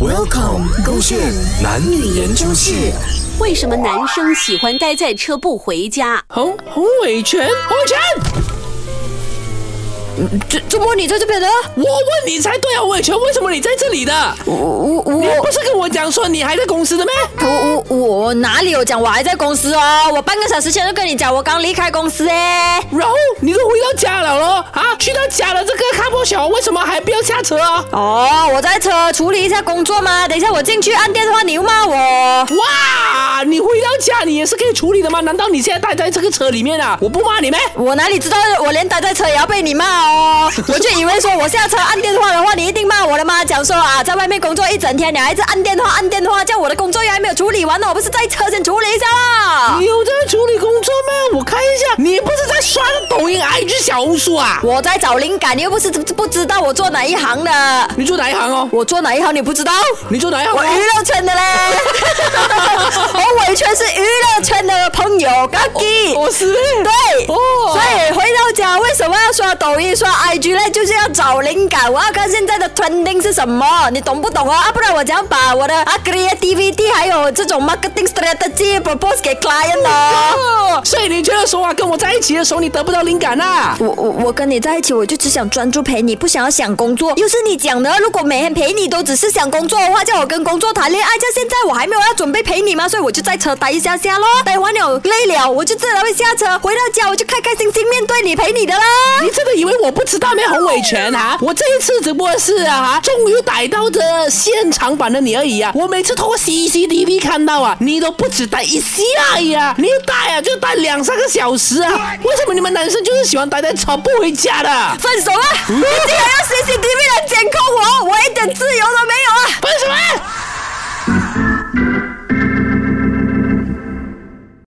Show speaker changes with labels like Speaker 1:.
Speaker 1: Welcome，勾线男女研究室。
Speaker 2: 为什么男生喜欢待在车不回家？
Speaker 3: 红红伟全，红伟全，
Speaker 4: 怎怎么你在这边呢？
Speaker 3: 我问你才对啊，红伟全，为什么你在这里的？
Speaker 4: 我我我
Speaker 3: 你不是跟我讲说你还在公司的咩？
Speaker 4: 我我我哪里有讲我还在公司哦？我半个小时前就跟你讲我刚离开公司哎。
Speaker 3: 然后你都回到家了咯，啊，去到家了，这个卡波小为什么还不要下车啊？
Speaker 4: 哦，我在车处理一下工作嘛，等一下我进去按电话，你又骂我。
Speaker 3: 哇，你回到家你也是可以处理的吗？难道你现在待在这个车里面啊？我不骂你咩？
Speaker 4: 我哪里知道，我连待在车也要被你骂哦！我就以为说我下车按电话的话，你一定骂我的嘛，讲说啊，在外面工作一整天，你还在按电话按电话，叫我的工作又还没有处理完呢，哦我不是在车先处理一下啦
Speaker 3: 你。有在处理工作咩？我看一下，你不是在刷抖音、IG、小红书啊？
Speaker 4: 我在找灵感，你又不是不知道我做哪一行的，
Speaker 3: 你做哪一行哦？
Speaker 4: 我做哪一行你不知道？
Speaker 3: 你做哪一行、
Speaker 4: 我娱
Speaker 3: 哦？
Speaker 4: 乐圈的嘞，我完全是娱乐圈的朋友 g a g
Speaker 3: 我是咩
Speaker 4: 对，
Speaker 3: 哦
Speaker 4: 所以回到家为什么要刷抖音、刷 IG 呢？就是要找灵感，我要看现在的 trending 是什么，你懂不懂哦？啊，不然我怎样把我的啊 creativity 还有这种 marketing strategy propose 给 client 哦？
Speaker 3: 哦，所以你觉得说啊，跟我在一起的时候你得不到灵感啊？
Speaker 4: 我我我跟你在一起，我就只想专注陪你，不想要想工作。又是你讲的，如果每天陪你都只是想工作的话，叫我跟工作谈恋爱，像现在我还没有要准备陪你吗？所以我就在车待一下下咯，待完了累了，我就自然会下车，回到家我就开开心心面对你陪你的啦。
Speaker 3: 你真的以为我不知道咩红伟全啊？我这一次直播是啊，终于逮到这现场版的你而已啊！我每次通过 CCTV 看到啊，你都不止待一下而已啊，你一待啊就待两三个小时啊！为什么你们男生就是喜欢待在吵不回家的？
Speaker 4: 分手啊！你竟然要 CCTV 来监控我，我一点自由都没